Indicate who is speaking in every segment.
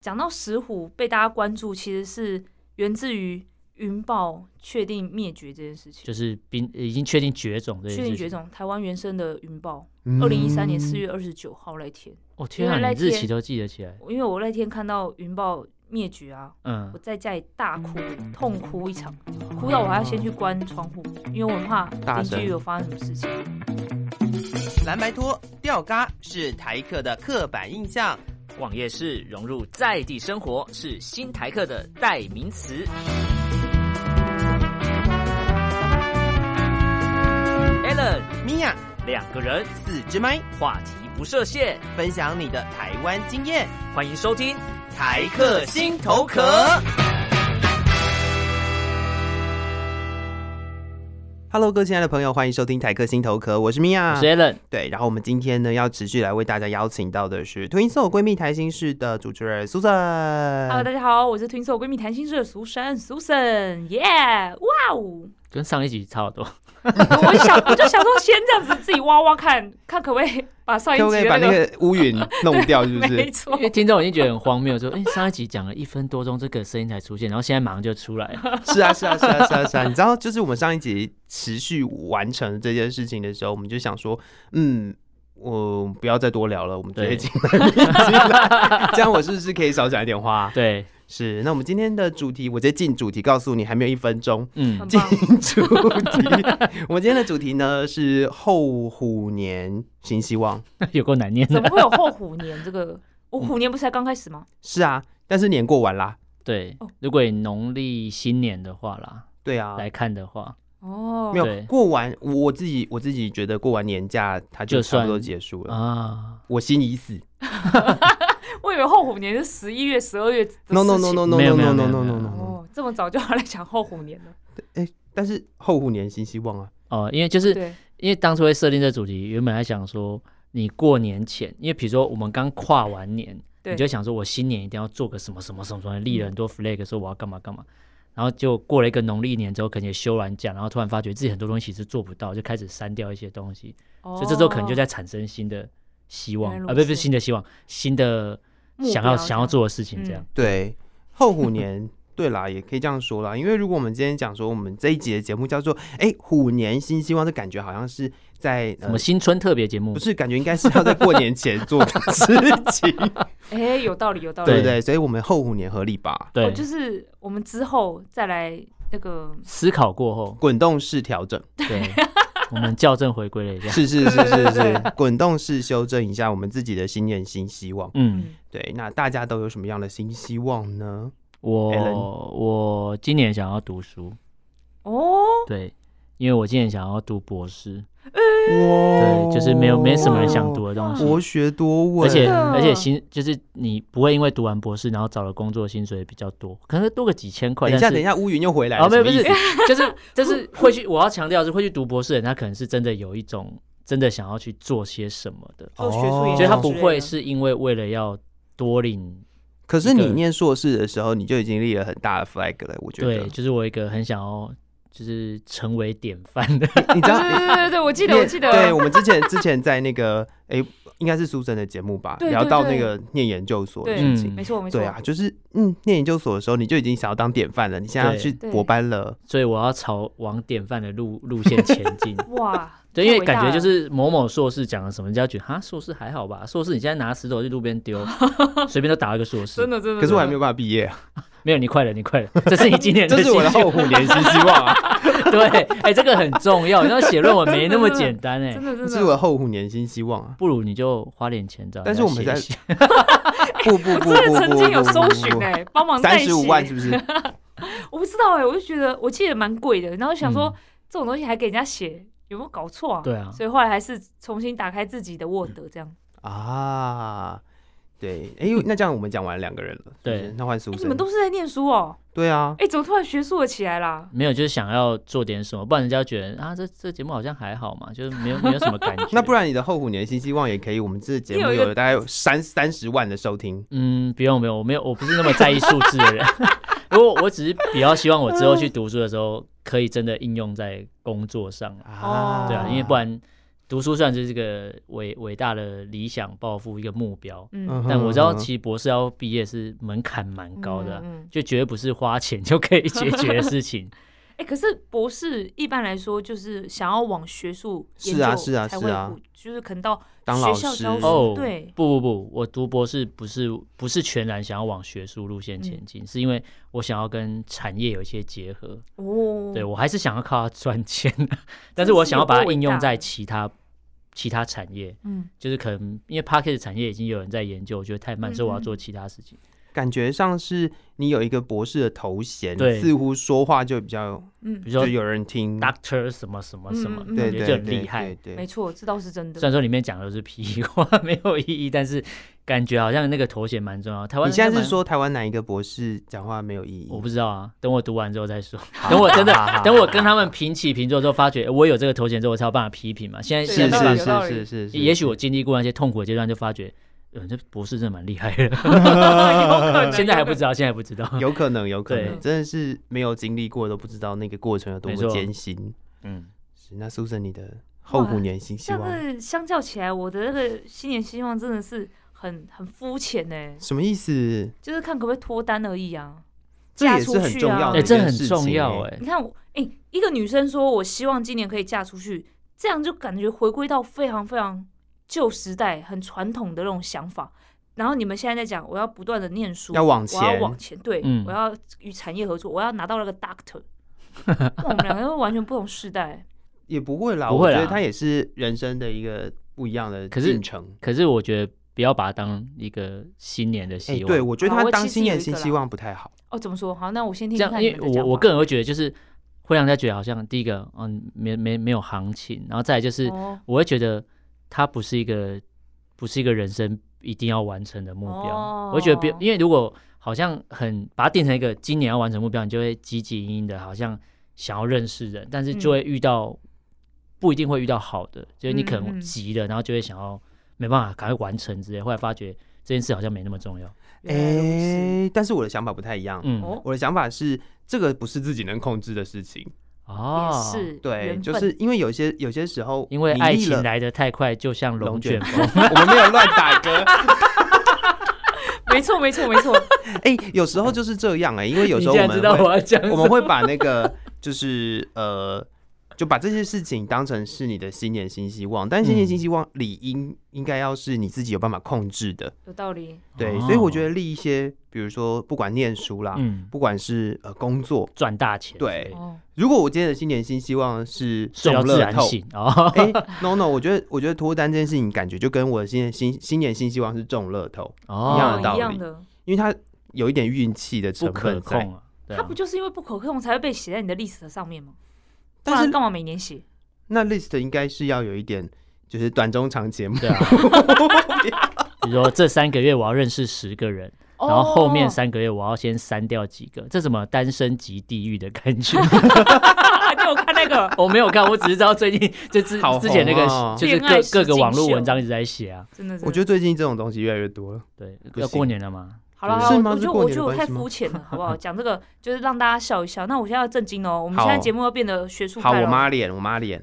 Speaker 1: 讲到石虎被大家关注，其实是源自于云豹确定灭绝这件事情，
Speaker 2: 就是濒已经确定绝种这件
Speaker 1: 确
Speaker 2: 事
Speaker 1: 定
Speaker 2: 情。
Speaker 1: 绝种台湾原生的云豹，
Speaker 3: 嗯
Speaker 1: 二零一三年四月，二十九号那天，
Speaker 2: 哦天
Speaker 1: 因为
Speaker 2: 啊，
Speaker 1: 那
Speaker 2: 你日
Speaker 1: 天
Speaker 2: 期都记得起来。
Speaker 1: 因为我那天看到云豹灭绝啊，
Speaker 2: 嗯
Speaker 1: 我，在家里大哭，痛哭一场，哭到我还要先去关窗户，因为我很怕
Speaker 4: 大
Speaker 1: 邻
Speaker 4: 声
Speaker 1: 居有发生什么事情。
Speaker 5: 蓝白拖、吊嘎是台客的刻板印象。
Speaker 6: 网页式融入在地生活是新台客的代名词。Allen
Speaker 5: 米娅，
Speaker 6: 两个人，
Speaker 5: 四支麦，
Speaker 6: 话题不设限，
Speaker 5: 分享你的台湾经验，
Speaker 6: 欢迎收听。
Speaker 5: 台客心头壳。Hello，各位亲爱的朋友，欢迎收听台客心头壳，我是米娅，
Speaker 2: 我是 Allen，
Speaker 5: 对，然后我们今天呢要持续来为大家邀请到的是 Twins 闺蜜台心室的主持人
Speaker 1: Hello，大
Speaker 5: Susan。
Speaker 1: 家好，我是听说我闺蜜谈心事的苏珊，Susan，耶哇哦！
Speaker 2: 跟上一集 差不多。
Speaker 1: 我想，我就想说，先这样子自己挖挖看，看可不可以把上一
Speaker 5: 可不
Speaker 1: 集
Speaker 5: 可
Speaker 1: 的
Speaker 5: 以把那
Speaker 1: 个
Speaker 5: 个乌云弄掉？是不
Speaker 1: 没
Speaker 5: 是？
Speaker 1: 错
Speaker 2: 因，为听众已经觉得很荒谬，说：“哎、上一集讲了一分多钟，这个声音才出现，然后现在马上就出来了。
Speaker 5: 是啊，是啊，是啊，是啊，是啊。你知道，就是我们上一集持续完成这件事情的时候，我们就想说，嗯，我不要再多聊了，我们直接
Speaker 2: 对
Speaker 5: 进来进来，这样我是不是可以少讲一点话”？
Speaker 2: 对，
Speaker 5: 是。那我们今天的主题，我直接进主题，告诉你还没有一分钟。
Speaker 2: 嗯
Speaker 1: 很，
Speaker 5: 进
Speaker 1: 棒。
Speaker 5: 主题，我们今天的主题呢是后虎年新希望。
Speaker 2: 有够难念
Speaker 1: 怎
Speaker 2: 的。
Speaker 1: 么会有后虎年这
Speaker 5: 嗯
Speaker 1: 个？我虎年不是才刚开始吗？
Speaker 5: 是啊，但是年过完啦。
Speaker 2: 对
Speaker 1: 哦，
Speaker 2: 如果你农历新年的话啦，
Speaker 5: 对啊，
Speaker 2: 来看的话，
Speaker 1: 哦
Speaker 5: 嗯没，有
Speaker 2: 对
Speaker 5: 过完，我自己我自己觉得过完年假它就
Speaker 2: 就
Speaker 5: 差不
Speaker 2: 算
Speaker 5: 多结束了，
Speaker 2: 啊，
Speaker 5: 我心已死。
Speaker 1: 我以为后虎年是十一月、十二月的事情。
Speaker 5: No no no no no
Speaker 2: 没
Speaker 5: no
Speaker 2: 有没
Speaker 5: no
Speaker 2: 有
Speaker 5: no
Speaker 2: 没
Speaker 5: no
Speaker 2: 有
Speaker 5: no
Speaker 2: 没
Speaker 5: no。
Speaker 1: 哦，这么早就要来讲后虎年了，
Speaker 5: 但是后虎年新希望啊，
Speaker 2: 哦、因为就是
Speaker 1: 对，
Speaker 2: 因为当初会设定这主题，原本还想说你过年前，因为比如说我们刚跨完年，
Speaker 1: 对嗯
Speaker 2: 你就想说我新年一定要做个什么什么什么什么，立了很多 flag，说我要干嘛干嘛。然后就过了一个农历年之后，可能也休完假，然后突然发觉自己很多东西其实做不到，就开始删掉一些东西，所以这时候可能就在产生新的希望
Speaker 1: 哦原来如
Speaker 2: 啊，不是不是
Speaker 1: 此
Speaker 2: 新的希望，新的
Speaker 1: 目
Speaker 2: 想
Speaker 1: 标
Speaker 2: 要
Speaker 1: 这
Speaker 2: 想要
Speaker 1: 样
Speaker 2: 做的事情这样。
Speaker 5: 对，后虎年。 对啦，也可以这样说啦，因为如果我们今天讲说我们这一集的节目叫做“哎虎年新希望”，这感觉好像是在
Speaker 1: 嗯
Speaker 2: 什
Speaker 5: 呃
Speaker 2: 么新春特别节目
Speaker 5: 不？是，感觉应该是要在过年前做的事 情，
Speaker 1: 哎，有道理，有道理
Speaker 5: 对不。对？所以我们后虎年合理吧？
Speaker 2: 对，
Speaker 1: 哦就是我们之后再来那个
Speaker 2: 思考过后，
Speaker 5: 滚动式调整，
Speaker 2: 对，我们校正回归了 一下。
Speaker 5: 是是是是
Speaker 1: 对对
Speaker 5: 是， 滚动式修正一下我们自己的新年新希望。
Speaker 2: 嗯，
Speaker 5: 对，那大家都有什么样的新希望呢？
Speaker 2: 我
Speaker 5: Alan
Speaker 2: 我今年想要读书，
Speaker 1: 哦，
Speaker 2: 对，因为我今年想要读博士，
Speaker 5: 哇哦
Speaker 2: 对，就是没有没什么人想读的
Speaker 1: 嗯
Speaker 2: 东西，
Speaker 5: 博学多闻，
Speaker 2: 而且
Speaker 1: 真的
Speaker 2: 而且薪就是你不会因为读完博士然后找了工作薪水比较多，可能多个几千块。
Speaker 5: 等一下，
Speaker 2: 但是
Speaker 5: 等一下，乌云又回来了，
Speaker 2: 哦，没有，不
Speaker 5: 什么
Speaker 2: 是
Speaker 5: 意思，
Speaker 2: 就是 就是会去，我要强调的是 会去读博士的人，他可能是真的有一种真的想要去做些什么的，
Speaker 1: 做学术研究之
Speaker 2: 所
Speaker 5: 哦
Speaker 1: 类的，
Speaker 2: 以他不会是因为为了要多领
Speaker 5: 可是你
Speaker 2: 一个
Speaker 5: 念硕士的时候，你就已经立了很大的 flag 了，我觉得
Speaker 2: 对，。就是我一个很想要就是成为典范 的，
Speaker 5: 你知道
Speaker 1: 对，对对对对， 我记得我记得，
Speaker 5: 啊对我们之前之前在那个哎，应该是苏珊的节目吧，
Speaker 1: 对对
Speaker 5: 聊到那
Speaker 1: 对
Speaker 5: 个念研究所的
Speaker 1: 对
Speaker 5: 事情。
Speaker 1: 没错没错
Speaker 5: 对，啊，就是嗯，念研究所的时候你就已经想要当典范了，你现在要
Speaker 2: 对
Speaker 5: 去
Speaker 1: 对
Speaker 5: 博班了，
Speaker 2: 所以我要朝往典范的路路线前 进。
Speaker 1: 哇，
Speaker 2: 对，
Speaker 1: 太
Speaker 2: 因为
Speaker 1: 伟大
Speaker 2: 感
Speaker 5: 哦
Speaker 2: 觉就
Speaker 1: 了
Speaker 2: 是某某硕士讲了什么，人家觉得哈硕士还好吧，硕士你现在拿石头去路边 丢，随便都打了个硕士，
Speaker 1: 真的真的，
Speaker 5: 可是我还
Speaker 1: 真的
Speaker 5: 没有办法毕业啊，
Speaker 2: 没有你快了，你快了，这是你今 年的
Speaker 5: 这是我的
Speaker 2: 心
Speaker 5: 后
Speaker 2: 愿
Speaker 5: 虎年新希望啊，
Speaker 2: 对，哎、这个很重要，你要写论文没 那么简单哎、
Speaker 1: 真的真
Speaker 5: 这
Speaker 1: 的
Speaker 5: 是我的后虎年新希望啊。
Speaker 2: 不如你就花点钱找人家
Speaker 5: 但
Speaker 2: 写一写，
Speaker 5: 是我们在不不不
Speaker 1: 我真
Speaker 5: 不
Speaker 1: 的曾经有
Speaker 5: 不
Speaker 1: 搜寻哎、帮忙代
Speaker 5: 三
Speaker 1: 写
Speaker 5: 十五万是不是？
Speaker 1: 我不知道哎、我就觉得我记得蛮贵的，然后想说、
Speaker 2: 嗯
Speaker 1: 这种东西还给人家写，有没有搞错啊？
Speaker 2: 对啊
Speaker 1: 所以后来还是重新打开自己的 Word 这样。
Speaker 5: 啊，对，哎、那这样我们讲完两个人了，是不是
Speaker 2: 对
Speaker 5: 那换苏
Speaker 1: 哎、
Speaker 5: 生，
Speaker 1: 你们都是在念书哦、
Speaker 5: 对啊，。
Speaker 1: 哎、怎么突然学术了起来啦？
Speaker 2: 没有就是想要做点什么，不然人家觉得啊这这节目好像还好嘛，就是没有没有什么感觉
Speaker 5: 那不然你的后五年新希望也可以，我们这节
Speaker 1: 你
Speaker 5: 目
Speaker 1: 有一个
Speaker 5: 有大概有三三十万的收听，
Speaker 2: 嗯，不用不用，我没有，我不是那么在意数字的人。 不过我只是比较希望我之后去读书的时候，可以真的应用在工作上啊。
Speaker 5: 啊
Speaker 1: 哦
Speaker 2: 对啊，因为不然读书虽然是这个伟伟大的理想抱负一个目标，
Speaker 1: 嗯，
Speaker 2: 但我知道
Speaker 5: 嗯哼
Speaker 2: 其实博士要毕业是门槛蛮高的啊，
Speaker 1: 嗯嗯嗯
Speaker 2: 就绝对不是花钱就可以解决的事情。
Speaker 1: 哎、可是博士一般来说就是想要往学术研
Speaker 5: 是啊
Speaker 1: 究
Speaker 5: 是啊
Speaker 1: 才
Speaker 5: 是
Speaker 1: 会
Speaker 5: 啊
Speaker 1: 补就是可能到
Speaker 5: 当老
Speaker 1: 学校
Speaker 5: 师
Speaker 1: 教书
Speaker 2: 哦，
Speaker 1: 对
Speaker 2: 不不不，我读博士不是不是全然想要往学术路线前
Speaker 1: 嗯
Speaker 2: 进，是因为我想要跟产业有一些结合。
Speaker 1: 哦，
Speaker 2: 对我还是想要靠它赚钱，啊但是我想要把它应用在其他其他产业，
Speaker 1: 嗯，
Speaker 2: 就是可能因为 p a c k e t 产业已经有人在研究，我觉得太慢，所以我要
Speaker 1: 嗯嗯
Speaker 2: 做其他事情。
Speaker 5: 感觉上是你有一个博士的头衔，
Speaker 2: 对
Speaker 5: 似乎说话就比较
Speaker 1: 嗯
Speaker 2: 比如
Speaker 5: 就
Speaker 2: 说
Speaker 5: 有人听，
Speaker 2: Doctor 什么什么什么，
Speaker 1: 嗯嗯嗯
Speaker 5: 对
Speaker 2: 感
Speaker 5: 对
Speaker 2: 觉
Speaker 5: 对
Speaker 2: 就很厉害。
Speaker 5: 对
Speaker 1: 没
Speaker 5: 对，
Speaker 1: 错，这倒是真
Speaker 2: 虽
Speaker 1: 的。
Speaker 2: 然说里面讲的都是屁话， 没有意义，但是感觉好像那个头衔蛮重要。台湾
Speaker 5: 你现
Speaker 2: 应该
Speaker 5: 在
Speaker 2: 蛮
Speaker 5: 是说台湾哪一个博士讲话没有意义？
Speaker 2: 我不知道啊，等我读完之后再说。
Speaker 5: 好
Speaker 2: 等我真的
Speaker 5: 好好好
Speaker 2: 等我跟他们平起平坐之后，发觉呃我有这个头衔之后，我才有办法批评嘛。现在
Speaker 1: 对
Speaker 2: 现
Speaker 5: 是
Speaker 2: 在
Speaker 1: 有道理
Speaker 5: 是
Speaker 1: 有道
Speaker 5: 是
Speaker 1: 理
Speaker 5: 是是是，
Speaker 2: 也许我经历过那些痛苦的阶段，就发觉，嗯，这博士真的蛮厉害 的。 现在还不知道，现在还不知道。
Speaker 5: 有可能，有可能，
Speaker 2: 对
Speaker 5: 真的是没有经历过都不知道那个过程有多
Speaker 2: 没
Speaker 5: 么
Speaker 2: 错
Speaker 5: 艰辛。
Speaker 2: 嗯，
Speaker 5: 是，那苏珊，你的后
Speaker 1: 哇
Speaker 5: 五年新希
Speaker 1: 像
Speaker 5: 望
Speaker 1: 是相较起来，我的那个新年希望真的是很很肤浅欸呢，
Speaker 5: 什么意思？
Speaker 1: 就是看可不可以脱单而已啊。
Speaker 5: 这
Speaker 1: 嫁
Speaker 5: 也
Speaker 1: 出
Speaker 5: 是很
Speaker 1: 去
Speaker 5: 重
Speaker 1: 啊
Speaker 5: 要
Speaker 2: 哎、
Speaker 5: 的一
Speaker 2: 这
Speaker 5: 件
Speaker 2: 很
Speaker 5: 事
Speaker 2: 重
Speaker 5: 情
Speaker 2: 要
Speaker 5: 欸
Speaker 2: 哎、
Speaker 1: 你看我，哎、一个女生说我希望今年可以嫁出去，这样就感觉回归到非常非常旧时代、很传统的那种想法。然后你们现在在讲，我要不断的念书，
Speaker 5: 要往
Speaker 1: 我
Speaker 5: 前
Speaker 1: 要往前，对，
Speaker 2: 嗯
Speaker 1: 我要与产业合作，我要拿到那个 doctor。哇我们两个又完全不同世代，
Speaker 5: 也不会啦，
Speaker 2: 不
Speaker 5: 我
Speaker 2: 会
Speaker 5: 觉得
Speaker 2: 啦
Speaker 5: 它也是人生的一个不一样的
Speaker 2: 可是
Speaker 5: 进程。
Speaker 2: 可是我觉得不要把它当一个新年的
Speaker 5: 哎，
Speaker 2: 希望。
Speaker 5: 对，我觉得
Speaker 1: 好
Speaker 5: 他
Speaker 1: 啊我
Speaker 5: 当
Speaker 1: 其实
Speaker 5: 新
Speaker 1: 有
Speaker 5: 年
Speaker 1: 一
Speaker 5: 新
Speaker 1: 个
Speaker 5: 希
Speaker 1: 啦
Speaker 5: 望不太好。
Speaker 1: 哦，怎么说？好，那我先听
Speaker 2: 这
Speaker 1: 听看
Speaker 2: 样，因
Speaker 1: 你
Speaker 2: 为
Speaker 1: 们的
Speaker 2: 我
Speaker 1: 讲
Speaker 2: 我
Speaker 1: 法
Speaker 2: 个人会觉得，就是会让人家觉得好像第一个，嗯，没没没有行情，然后再来就是，
Speaker 1: 哦
Speaker 2: 我会觉得它不是一个不是一个人生一定要完成的目标。我会觉得别
Speaker 1: 哦，
Speaker 2: 因为如果好像很把它定成一个今年要完成目标，你就会积极应应的，好像想要认识人，但是就
Speaker 1: 嗯
Speaker 2: 会遇到、不一定会遇到好的，就是你可
Speaker 1: 嗯嗯
Speaker 2: 能
Speaker 1: 嗯
Speaker 2: 急了，然后就会想要没办法赶快完成之类，后来发觉这件事好像没那么重要。
Speaker 1: 原来如此
Speaker 5: 哎，但是我的想法不太一样。
Speaker 2: 嗯，
Speaker 1: 哦，
Speaker 5: 我的想法是，这个不是自己能控制的事情。
Speaker 2: 哦，
Speaker 1: 也是
Speaker 5: 对，
Speaker 1: 缘
Speaker 5: 就
Speaker 1: 分
Speaker 5: 是因为有些有些时候，
Speaker 2: 因为爱情
Speaker 5: 来
Speaker 2: 来得太快，就像龙卷风。
Speaker 5: 风，我们没有乱打歌。
Speaker 1: 没错没错没 错，
Speaker 5: 哎，有时候就是这样哎，因为有时候
Speaker 2: 你竟
Speaker 5: 我
Speaker 2: 然
Speaker 5: 们
Speaker 2: 知道
Speaker 5: 会
Speaker 2: 我要讲什 么，
Speaker 5: 我们会把那个就是呃，就把这些事情当成是你的新年新希望，但新年新希望理应应该要是你自己有办法控制的，
Speaker 1: 有道理。
Speaker 5: 对，
Speaker 2: 哦
Speaker 5: 所以我觉得立一些，比如说不管念书啦，
Speaker 2: 嗯
Speaker 5: 不管是呃工作，
Speaker 2: 赚大钱之类的，
Speaker 5: 啊对，
Speaker 1: 哦，
Speaker 5: 如果我今天的新年新希望是
Speaker 2: 睡到
Speaker 5: 中
Speaker 2: 自
Speaker 5: 乐
Speaker 2: 然
Speaker 5: 透。
Speaker 2: 醒哦。
Speaker 5: 哎、n o no，我觉得我觉得脱单这件事情，感觉就跟我的新年新新年新希望是中乐透，
Speaker 2: 哦
Speaker 5: 一样的道
Speaker 1: 哦
Speaker 5: 理
Speaker 1: 一样的，
Speaker 5: 因为它有一点运气的成
Speaker 2: 不可
Speaker 5: 分在。
Speaker 2: 控啊。对
Speaker 1: 它
Speaker 2: 啊
Speaker 1: 不，就是因为不可控才会被写在你的历史上面吗？不
Speaker 5: 但是
Speaker 1: 然干嘛每年写？
Speaker 5: 那 list 应该是要有一点，就是短中长节目。
Speaker 2: 对啊。比如说这三个月我要认识十个人，
Speaker 1: 哦
Speaker 2: 然
Speaker 5: 哦
Speaker 2: 后后面三个月我要先删掉几个，这怎么单身级地狱的感 觉？，
Speaker 1: 啊，给我看那个
Speaker 2: 我没有看，我只是知道最近这之
Speaker 5: 好红哦
Speaker 2: 之前那个就是
Speaker 1: 恋爱
Speaker 2: 各
Speaker 1: 实境
Speaker 2: 各个网络
Speaker 1: 秀
Speaker 2: 文章一直在写啊。
Speaker 1: 真的，
Speaker 5: 我觉
Speaker 1: 得
Speaker 5: 得最近这种东西越来越多了。
Speaker 2: 对，
Speaker 5: 不
Speaker 2: 要
Speaker 5: 行
Speaker 2: 过年了嘛，
Speaker 1: 好了，
Speaker 5: 是
Speaker 1: 好
Speaker 5: 吗
Speaker 1: 了，我
Speaker 5: 是
Speaker 1: 觉得
Speaker 5: 过
Speaker 1: 我
Speaker 5: 年
Speaker 1: 觉
Speaker 5: 的
Speaker 1: 得我
Speaker 5: 关
Speaker 1: 太
Speaker 5: 系吗
Speaker 1: 肤浅 了，好不好？讲这个就是让大家笑一笑。那我现在要正经哦，我们
Speaker 5: 好
Speaker 1: 现在节目要变得学术
Speaker 5: 好，
Speaker 1: 派
Speaker 5: 我
Speaker 1: 了。
Speaker 5: 妈脸，我妈脸，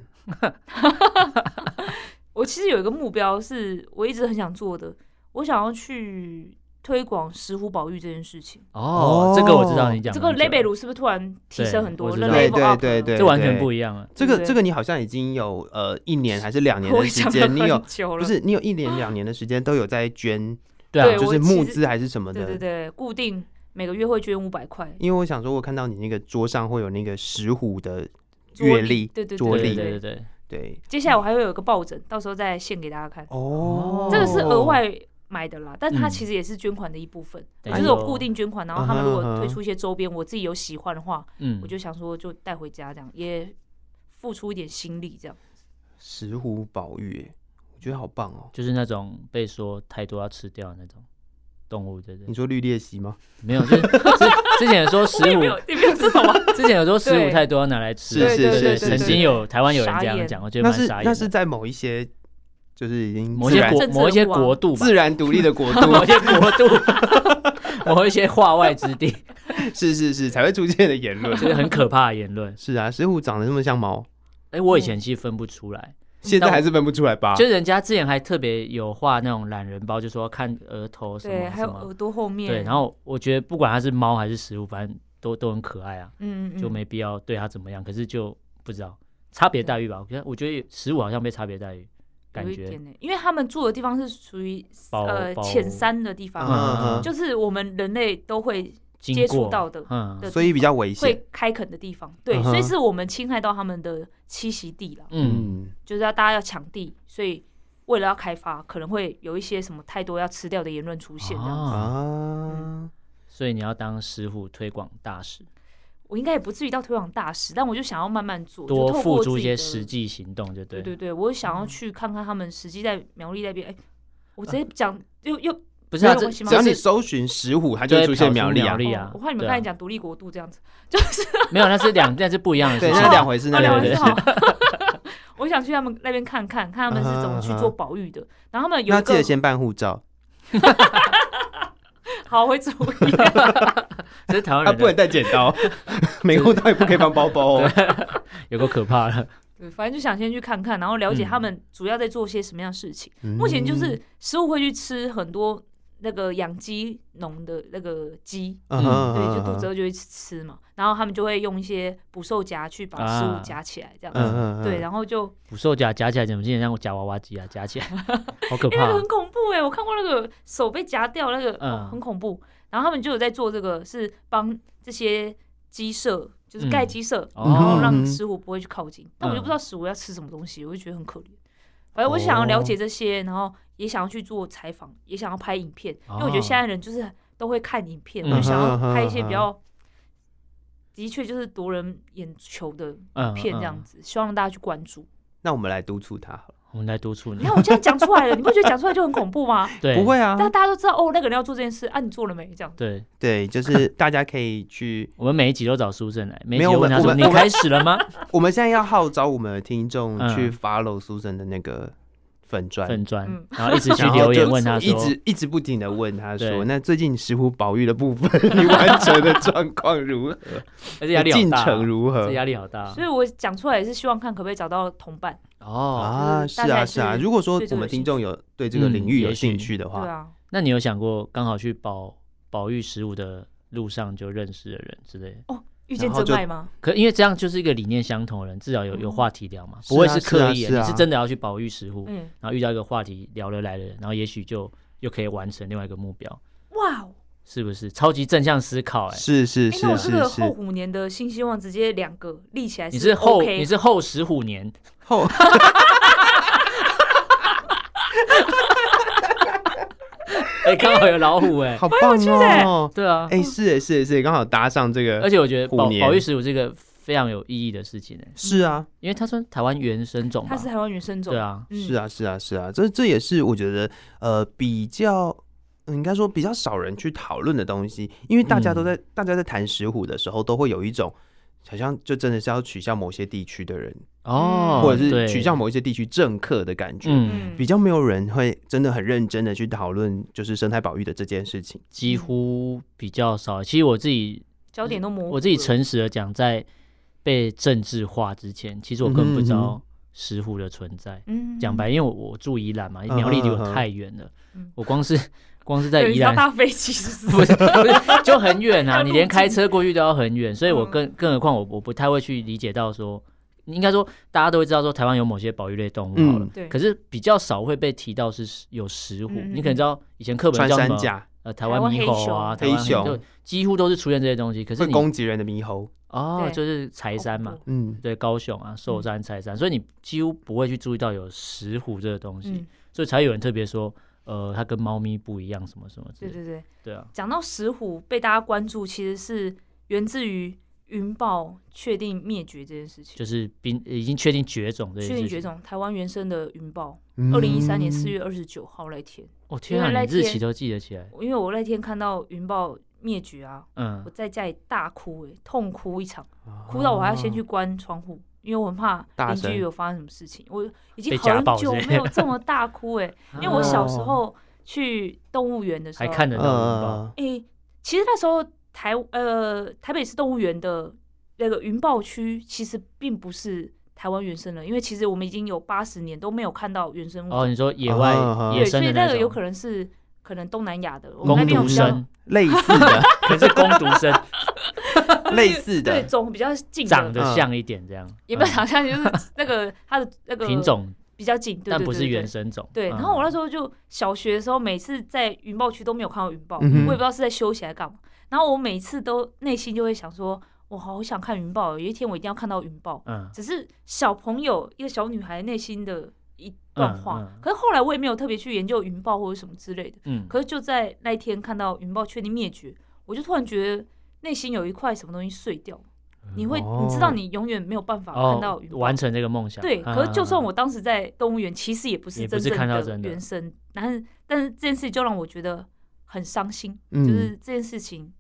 Speaker 1: 我其实有一个目标是我一直很想做的，我想要去推广石虎保育这件事情。
Speaker 2: 哦，这个我知道你讲
Speaker 1: 这
Speaker 2: 很久
Speaker 1: 个
Speaker 2: 了。
Speaker 1: level 是不是突然提升很多？
Speaker 2: 对我知
Speaker 1: 那 level
Speaker 2: 道
Speaker 5: 对
Speaker 1: up
Speaker 5: 对
Speaker 1: 了
Speaker 5: 对
Speaker 2: 这完全
Speaker 5: 对
Speaker 2: 不一样啊。
Speaker 5: 这个
Speaker 1: 对
Speaker 5: 这个你好像已经有呃一年还是两年
Speaker 1: 我
Speaker 5: 的
Speaker 1: 想
Speaker 5: 时
Speaker 1: 了
Speaker 5: 间，你有
Speaker 1: 很久了
Speaker 5: 不是你有一年两年的时间都有在捐，
Speaker 2: 对
Speaker 1: 对
Speaker 2: 啊，
Speaker 5: 就
Speaker 1: 我
Speaker 5: 是募
Speaker 1: 其实
Speaker 5: 资还是什么
Speaker 1: 对对
Speaker 5: 的。
Speaker 1: 对，固定每个月会捐五百块。
Speaker 5: 因为我想说，我看到你那个桌上会有那个石虎的
Speaker 1: 桌
Speaker 5: 阅
Speaker 1: 历
Speaker 5: 历，
Speaker 1: 对对对
Speaker 5: 桌
Speaker 1: 我
Speaker 2: 对
Speaker 1: 理
Speaker 2: 对
Speaker 5: 历，
Speaker 2: 对对对。
Speaker 5: 对，
Speaker 1: 接下来我还会有一个抱枕，到时候再献给大家看。
Speaker 5: 哦，
Speaker 1: 这个是额外买的啦，但它
Speaker 2: 嗯
Speaker 1: 其实也是捐款的一部分，
Speaker 2: 对
Speaker 1: 就是
Speaker 2: 哎呦
Speaker 1: 我固定捐款，然后他们如果推出一些周边，我自己有喜欢的话，
Speaker 2: 嗯，
Speaker 1: 我就想说就带回家这样，也付出一点心力这样。
Speaker 5: 石虎宝玉，哎我觉得好棒哦。
Speaker 2: 就是那种被说太多要吃掉的那种动物，对不
Speaker 5: 你
Speaker 2: 对？
Speaker 5: 说绿鬣蜥吗？
Speaker 2: 没有，就是之之前有说食
Speaker 1: 也
Speaker 2: 物
Speaker 1: 没， 有，也没有这种啊，
Speaker 2: 之前有说食物
Speaker 1: 对
Speaker 2: 太多要拿来吃，
Speaker 5: 是是对对是对
Speaker 2: 对，
Speaker 5: 是
Speaker 2: 曾
Speaker 5: 是
Speaker 2: 经有台湾有人
Speaker 1: 傻
Speaker 2: 这样
Speaker 1: 眼
Speaker 2: 讲，我觉得
Speaker 5: 那
Speaker 2: 蛮
Speaker 5: 是
Speaker 2: 傻眼的。
Speaker 5: 那是在某一些就是已经
Speaker 2: 某
Speaker 5: 自
Speaker 2: 些
Speaker 5: 然
Speaker 2: 国
Speaker 1: 政治
Speaker 2: 某一些
Speaker 1: 人物啊
Speaker 2: 国度吧，
Speaker 5: 自然独立的国度，
Speaker 2: 某些国度， 某一些化外之地，
Speaker 5: 是是是才会出现的言论。
Speaker 2: 就是很可怕的言论。
Speaker 5: 是啊，石虎长得这么像猫，
Speaker 2: 哎，我以前其实分不出来，
Speaker 5: 现在还是分不出来吧？
Speaker 2: 就是人家之前还特别有画那种懒人包，就说看额头什
Speaker 1: 对，
Speaker 2: 么
Speaker 1: 还
Speaker 2: 什
Speaker 1: 有
Speaker 2: 么
Speaker 1: 耳，朵后面，
Speaker 2: 对。然后我觉得不管它是猫还是食物，反正都都很可爱啊，
Speaker 1: 嗯嗯嗯
Speaker 2: 就没必要对它怎么
Speaker 1: 嗯
Speaker 2: 样。可是就不知道差别待遇吧？我觉得我觉得食物好像被差别待遇，感
Speaker 1: 有一
Speaker 2: 觉
Speaker 1: 点呢，因为他们住的地方是属于
Speaker 2: 包
Speaker 1: 呃
Speaker 2: 包
Speaker 1: 浅山的地方，
Speaker 5: 嗯
Speaker 1: 就是我们人类都会
Speaker 2: 经
Speaker 1: 接触
Speaker 2: 过
Speaker 1: 到的
Speaker 2: 嗯
Speaker 1: 的
Speaker 5: 所以比较危险。
Speaker 1: 会开垦的地方，对，
Speaker 5: 嗯哼
Speaker 1: 所以是我们侵害到他们的栖息地了，
Speaker 2: 嗯，
Speaker 1: 就是要大家要抢地，所以为了要开发，可能会有一些什么太多要吃掉的言论出现这样
Speaker 5: 嗯
Speaker 1: 子。
Speaker 2: 啊，
Speaker 1: 嗯
Speaker 5: 啊，
Speaker 2: 所以你要当食虎推广大使，
Speaker 1: 我应该也不至于到推广大使，但我就想要慢慢做，
Speaker 2: 多
Speaker 1: 就透
Speaker 2: 付
Speaker 1: 过
Speaker 2: 出
Speaker 1: 自
Speaker 2: 一
Speaker 1: 己
Speaker 2: 些
Speaker 1: 的
Speaker 2: 实际行动，就
Speaker 1: 对对
Speaker 2: 对
Speaker 1: 对，我想要去看看他们实际在苗栗那边，哎、我直接讲又又
Speaker 2: 不是
Speaker 1: 没
Speaker 2: 啊，
Speaker 1: 有
Speaker 2: 这
Speaker 1: 关系吗
Speaker 5: 只要你
Speaker 2: 这是
Speaker 5: 搜寻石虎，它
Speaker 2: 就会
Speaker 5: 就会出现
Speaker 2: 跑出
Speaker 5: 苗栗
Speaker 2: 苗
Speaker 5: 啊
Speaker 2: 栗。对
Speaker 1: 哦
Speaker 2: 啊
Speaker 1: 我怕你们
Speaker 2: 对啊
Speaker 1: 刚才讲独立国度这样子，
Speaker 2: 没有，那是两那是不一 样的
Speaker 5: 对，
Speaker 2: 事
Speaker 5: 那
Speaker 2: 情
Speaker 5: 是。两回事，那
Speaker 1: 哦，两
Speaker 5: 两
Speaker 1: 回事
Speaker 5: 回事。
Speaker 1: 哈。我想去他们那边看看，看他们是怎么去做保育的。然后他们有
Speaker 5: 那
Speaker 1: 一
Speaker 5: 记得
Speaker 1: 个
Speaker 5: 先办护照，
Speaker 1: 好我会主意，
Speaker 2: 这是台湾
Speaker 5: 啊，
Speaker 2: 人
Speaker 5: 不
Speaker 2: 的，
Speaker 5: 能带剪 刀，没护照也不可以放包包哦。
Speaker 2: 有够可怕了。
Speaker 1: 对反正就想先去看看，然后了解
Speaker 2: 嗯
Speaker 1: 他们主要在做些什么样的事情。
Speaker 5: 嗯
Speaker 1: 目前就是食物会去吃很多那个养鸡农的那个鸡，
Speaker 5: 嗯哼
Speaker 1: 对，就肚子
Speaker 5: 嗯
Speaker 1: 饿就会吃嘛，然后他们就会用一些捕兽夹去把食
Speaker 2: 啊
Speaker 1: 物夹起来，这样子。
Speaker 5: 嗯嗯，嗯
Speaker 1: 对，，然后就
Speaker 2: 捕兽夹夹起来怎么？今天像夹娃娃机啊，夹起来，好可
Speaker 1: 因为
Speaker 2: 怕哦
Speaker 1: 很。恐怖哎、我看过那个手被夹掉那个、哦
Speaker 2: 嗯
Speaker 1: 很恐怖。然后他们就有在做这个，是帮这些鸡舍，就是盖
Speaker 2: 嗯
Speaker 1: 鸡舍，
Speaker 2: 哦
Speaker 1: 然后让
Speaker 5: 嗯
Speaker 1: 石虎不会去靠近。但我就不
Speaker 2: 嗯
Speaker 1: 知道石虎要吃什么东西，我就觉得很可怜。反正我就想要了解这些，然后也想要去做采访，也想要拍影片，因为我觉得现在人就是都会看影片，
Speaker 2: 嗯
Speaker 1: 我就想要
Speaker 5: 哼
Speaker 1: 拍一些比
Speaker 5: 哼
Speaker 1: 较。的确就是夺人眼球的
Speaker 2: 嗯
Speaker 1: 片这样
Speaker 2: 嗯
Speaker 1: 子，希望大家去关注。
Speaker 5: 那我们来督促他好了。
Speaker 2: 我们来督促你
Speaker 1: 你看。我这样讲出来了，你不觉得讲出来就很恐怖吗？
Speaker 2: 对，
Speaker 5: 不会啊，
Speaker 1: 但大家都知道哦，那个人要做这件事啊，你做了没？这样
Speaker 2: 对，
Speaker 5: 对，就是大家可以去。
Speaker 2: 我们每一集都找苏正来，每一集
Speaker 5: 没有
Speaker 2: 都问他
Speaker 5: 我
Speaker 2: 说：“
Speaker 5: 们
Speaker 2: 你
Speaker 5: 我们
Speaker 2: 开始了 吗
Speaker 5: 我们现在要号召我们的听众
Speaker 2: 嗯
Speaker 5: 去 follow 苏珊的那个粉？”砖
Speaker 2: 粉，砖
Speaker 1: 嗯，
Speaker 2: 然后一直去
Speaker 5: 然后
Speaker 2: 留言
Speaker 5: 就
Speaker 2: 问他
Speaker 5: 一
Speaker 2: 说
Speaker 5: 直一直不停的问他
Speaker 2: 对
Speaker 5: 说：“那最近石虎保育的部分，你完成 的状况如何？：“
Speaker 2: 而且压力好
Speaker 5: 进
Speaker 2: 大
Speaker 5: 程
Speaker 2: 啊，
Speaker 5: 如何
Speaker 2: 这压力好大啊
Speaker 1: 所以我讲出来也是希望看可不可以找到同伴，？”
Speaker 2: 哦，
Speaker 5: 啊？
Speaker 1: 就是嗯
Speaker 5: 是
Speaker 1: 大家
Speaker 5: 啊，
Speaker 1: 还
Speaker 5: 是啊。
Speaker 1: 是
Speaker 5: 如果说
Speaker 1: 对这
Speaker 5: 我
Speaker 1: 个
Speaker 5: 们
Speaker 1: 有兴
Speaker 5: 听众
Speaker 1: 趣
Speaker 5: 有对这个
Speaker 2: 嗯
Speaker 5: 领域
Speaker 2: 也
Speaker 5: 有
Speaker 2: 许
Speaker 5: 兴趣的
Speaker 1: 对
Speaker 5: 话，
Speaker 1: 啊，
Speaker 2: 那你有想过刚好去保保育食物的路上就认识的人之类的？
Speaker 1: 遇见
Speaker 5: 然后
Speaker 1: 真
Speaker 5: 就
Speaker 1: 爱吗？
Speaker 2: 可因为这样就是一个理念相同的人，至少有有话题聊嘛，
Speaker 5: 是
Speaker 2: 不
Speaker 5: 啊
Speaker 2: 会刻意
Speaker 5: 是啊是
Speaker 2: 的，
Speaker 5: 啊
Speaker 2: 你是真的要去保育食物，
Speaker 1: 嗯，
Speaker 2: 然后遇到一个话题聊得来的人，然后也许就又可以完成另外一个目标，
Speaker 1: 哇哦，
Speaker 2: 是不是？超级正向思考，哎，
Speaker 5: 是是
Speaker 1: 哎那
Speaker 5: 是
Speaker 1: 我这
Speaker 5: 是
Speaker 1: 个后
Speaker 5: 是
Speaker 1: 五年的新希望直接两个立起来，
Speaker 2: 你是后
Speaker 1: OK
Speaker 2: 你是后十虎年，
Speaker 5: 后。
Speaker 2: 哎，刚好有老虎，哎，
Speaker 5: 好棒哦！
Speaker 2: 对啊，
Speaker 5: 哎，是哎是哎是哎，刚好搭上这
Speaker 2: 而
Speaker 5: 个，
Speaker 2: 且我觉得保
Speaker 5: 虎年
Speaker 2: 保育食物这个非常有意义的事情，哎，
Speaker 5: 是啊
Speaker 2: 因为它算台湾原生种嘛
Speaker 1: 他，是台湾原生种，
Speaker 2: 对啊，
Speaker 1: 嗯
Speaker 5: 是，啊是啊是啊，这这也是我觉得呃比较。嗯应该说比较少人去讨论的东西，因为大家都
Speaker 1: 嗯
Speaker 5: 在、大家在谈石虎的时候，都会有一种好像就真的是要取笑某些地区的人，
Speaker 2: 哦，
Speaker 5: 或者是
Speaker 2: 对
Speaker 5: 取笑，某一些地区政客的感觉。
Speaker 2: 嗯，
Speaker 1: 嗯
Speaker 5: 比，较没有人会真的很认真的去讨论就是生态保育的这件事情。
Speaker 2: 几
Speaker 5: 嗯
Speaker 2: 乎比较少。其实我自己
Speaker 1: 焦点都模糊了，
Speaker 2: 我自己诚实的讲，在被政治化之前，其实我根本不
Speaker 5: 嗯
Speaker 2: 知道石虎的存在。
Speaker 1: 嗯，
Speaker 2: 讲白，因为我我住宜兰嘛，
Speaker 5: 嗯
Speaker 2: 苗栗离我太远了
Speaker 1: 嗯，
Speaker 2: 我光是 光是在
Speaker 1: 对，
Speaker 2: 宜
Speaker 1: 你要
Speaker 2: 兰
Speaker 1: 搭飞机是不
Speaker 2: 不
Speaker 1: 是？
Speaker 2: 是不是 就很远
Speaker 1: 要
Speaker 2: 啊，
Speaker 1: 路
Speaker 2: 你
Speaker 1: 径
Speaker 2: 连开车过去都要很远，所以我
Speaker 1: 嗯
Speaker 2: 更更何况我我不太会去理解到说，应该说大家都会知道说台湾有某些保育类动物好了
Speaker 5: 嗯，
Speaker 1: 对
Speaker 2: 可是比较少会被提到是有石虎，
Speaker 1: 嗯嗯
Speaker 2: 你可能知道以前课本
Speaker 5: 穿
Speaker 2: 叫什
Speaker 5: 山
Speaker 2: 么
Speaker 5: 甲
Speaker 2: 呃台湾猕猴啊，台
Speaker 5: 台湾
Speaker 2: 湾
Speaker 5: 黑熊
Speaker 2: 就几乎都是出现这些东西，可是
Speaker 5: 会
Speaker 2: 你
Speaker 5: 攻击人的猕猴，
Speaker 2: 哦
Speaker 1: 对
Speaker 2: 就是柴山嘛
Speaker 1: 好恐，怖，
Speaker 5: 嗯，
Speaker 2: 对高雄啊寿山柴
Speaker 1: 嗯
Speaker 2: 山，所以你几乎不会去注意到有石虎这个东西，
Speaker 1: 嗯，
Speaker 2: 所以才有人特别说。呃，它跟猫咪不一样，什么什么
Speaker 1: 对
Speaker 2: 之类的，
Speaker 1: 对对，
Speaker 2: 对啊，
Speaker 1: 讲到石虎被大家关注，其实是源自于云豹确定灭绝这件事情，
Speaker 2: 就是濒已经确定绝种这件
Speaker 1: 确
Speaker 2: 事情。
Speaker 1: 定绝种，台湾原生的云豹，
Speaker 5: 嗯
Speaker 1: 二零一三年四，月二十九号那一天，
Speaker 2: 哦天啊，
Speaker 1: 原来
Speaker 2: 你日
Speaker 1: 天
Speaker 2: 期都记得起来，
Speaker 1: 因为我那天看到云豹灭绝啊，
Speaker 2: 嗯
Speaker 1: 我，在家里大哭、欸，痛哭一场，哭到我还要
Speaker 5: 哦
Speaker 2: 哦
Speaker 1: 先去关窗户，因为我很怕
Speaker 5: 大
Speaker 1: 邻
Speaker 5: 声
Speaker 1: 居有发生什么事情。我已经
Speaker 2: 被家暴
Speaker 1: 好久
Speaker 2: 之类的
Speaker 1: 没有这么大哭、 欸，因为我小时候去动物园的时
Speaker 2: 哦还
Speaker 1: 候，
Speaker 2: 看得
Speaker 5: 哦嗯
Speaker 2: 到云豹，
Speaker 5: 嗯
Speaker 1: 诶、其实那时候台呃台北市动物园的那个云豹区其实并不是台湾原生人，因为其实我们已经有八十年都没有看到原生物
Speaker 2: 哦，
Speaker 1: 种，
Speaker 2: 你说野外
Speaker 5: 啊啊
Speaker 2: 野
Speaker 1: 对，所
Speaker 2: 生
Speaker 1: 以
Speaker 2: 的
Speaker 1: 那
Speaker 2: 那
Speaker 1: 个有
Speaker 2: 种
Speaker 1: 可能是可能东南亚的，我们那
Speaker 2: 攻
Speaker 1: 边有嗯
Speaker 2: 读
Speaker 1: 比较
Speaker 2: 生，
Speaker 5: 类似的，
Speaker 2: 可是攻读生
Speaker 5: 类似
Speaker 1: 对
Speaker 5: 的，
Speaker 1: 种比较近
Speaker 2: 长
Speaker 1: 的，
Speaker 5: 嗯
Speaker 2: 得像一点这样，
Speaker 1: 也不
Speaker 2: 嗯
Speaker 1: 是呃长相，就是那 个它的那个
Speaker 2: 品种，
Speaker 1: 比较近，对
Speaker 2: 但不是。
Speaker 1: 对对对
Speaker 2: 原嗯
Speaker 1: 对
Speaker 2: 生种。
Speaker 1: 对，然后我那时候就小学的时候，每次在云豹区都没有看到云豹，
Speaker 5: 嗯
Speaker 1: 我
Speaker 5: 哼
Speaker 1: 也不知道是在休息还是干嘛。然后我每次都内心就会想说，我好想看云豹哦，有一天我一定要看到云豹。
Speaker 2: 嗯，
Speaker 1: 只是小朋友一个小女孩内心的一段话，
Speaker 2: 嗯嗯
Speaker 1: 可是后来我也没有特别去研究云豹或者什么之类的。
Speaker 2: 嗯
Speaker 1: 可是就在那一天看到云豹确定灭绝，我就突然觉得内心有一块什么东西碎掉，
Speaker 2: 嗯
Speaker 1: 你会、你知道
Speaker 5: 哦
Speaker 1: 你永远没有办法看到
Speaker 2: 哦
Speaker 1: 云，豹、
Speaker 2: 完成这个梦想。
Speaker 1: 对，
Speaker 2: 嗯
Speaker 1: 可是就算，
Speaker 2: 嗯嗯
Speaker 1: 我当时在动物园，其实也不
Speaker 2: 也
Speaker 1: 是
Speaker 2: 不
Speaker 1: 真
Speaker 2: 是看到
Speaker 1: 正
Speaker 2: 真
Speaker 1: 的
Speaker 2: 的
Speaker 1: 原生，但是但是这件事就让我觉得很伤心，
Speaker 5: 嗯
Speaker 1: 就是这件事情
Speaker 2: 嗯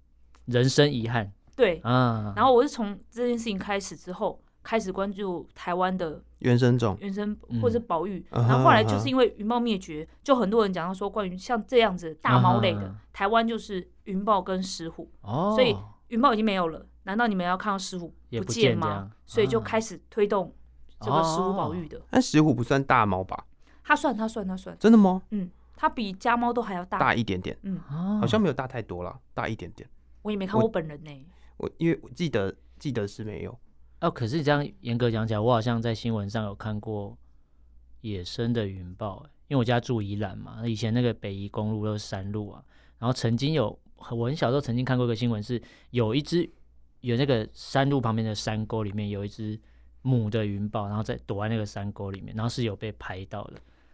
Speaker 2: 人生遗憾
Speaker 1: 对。
Speaker 2: 啊。
Speaker 1: 然后我是从这件事情开始之后，开始关注台湾的
Speaker 5: 原生种，
Speaker 1: 原生
Speaker 2: 嗯
Speaker 1: 或者是保育，
Speaker 5: 啊哈
Speaker 1: 然后后来
Speaker 5: 啊
Speaker 1: 就
Speaker 5: 哈
Speaker 1: 是因为云豹灭绝，就很多人讲到说关于像这样子大猫类的，
Speaker 2: 啊哈
Speaker 1: 台湾就是云豹跟石虎，
Speaker 2: 哦，
Speaker 1: 所以云豹已经没有了，难道你们要看到石虎
Speaker 2: 也不
Speaker 1: 见
Speaker 2: 见这
Speaker 1: 吗
Speaker 2: 样？哦
Speaker 1: 所以就
Speaker 2: 啊
Speaker 1: 开始推动这个石虎保育的，
Speaker 5: 但石虎不算大猫吧？
Speaker 1: 它算它算它算。
Speaker 5: 真的吗？
Speaker 1: 它比家猫都还要大，
Speaker 5: 大一点点，
Speaker 2: 哦
Speaker 5: 好像没有大太多啦，大一点点。
Speaker 1: 我也没看过本人呢、
Speaker 5: 我因为我记得记得是没有，
Speaker 2: 哦，可是这样严格讲起来，我好像在新闻上有看过野生的云豹、欸，因为我家住宜兰嘛，以前那个北宜公路都是山路啊，然后曾经有我很小时候曾经看过一个新闻，是有一只有那个山路旁边的山沟里面有一只母的云豹，然后在躲在那个山沟里面，然后是有被拍到的，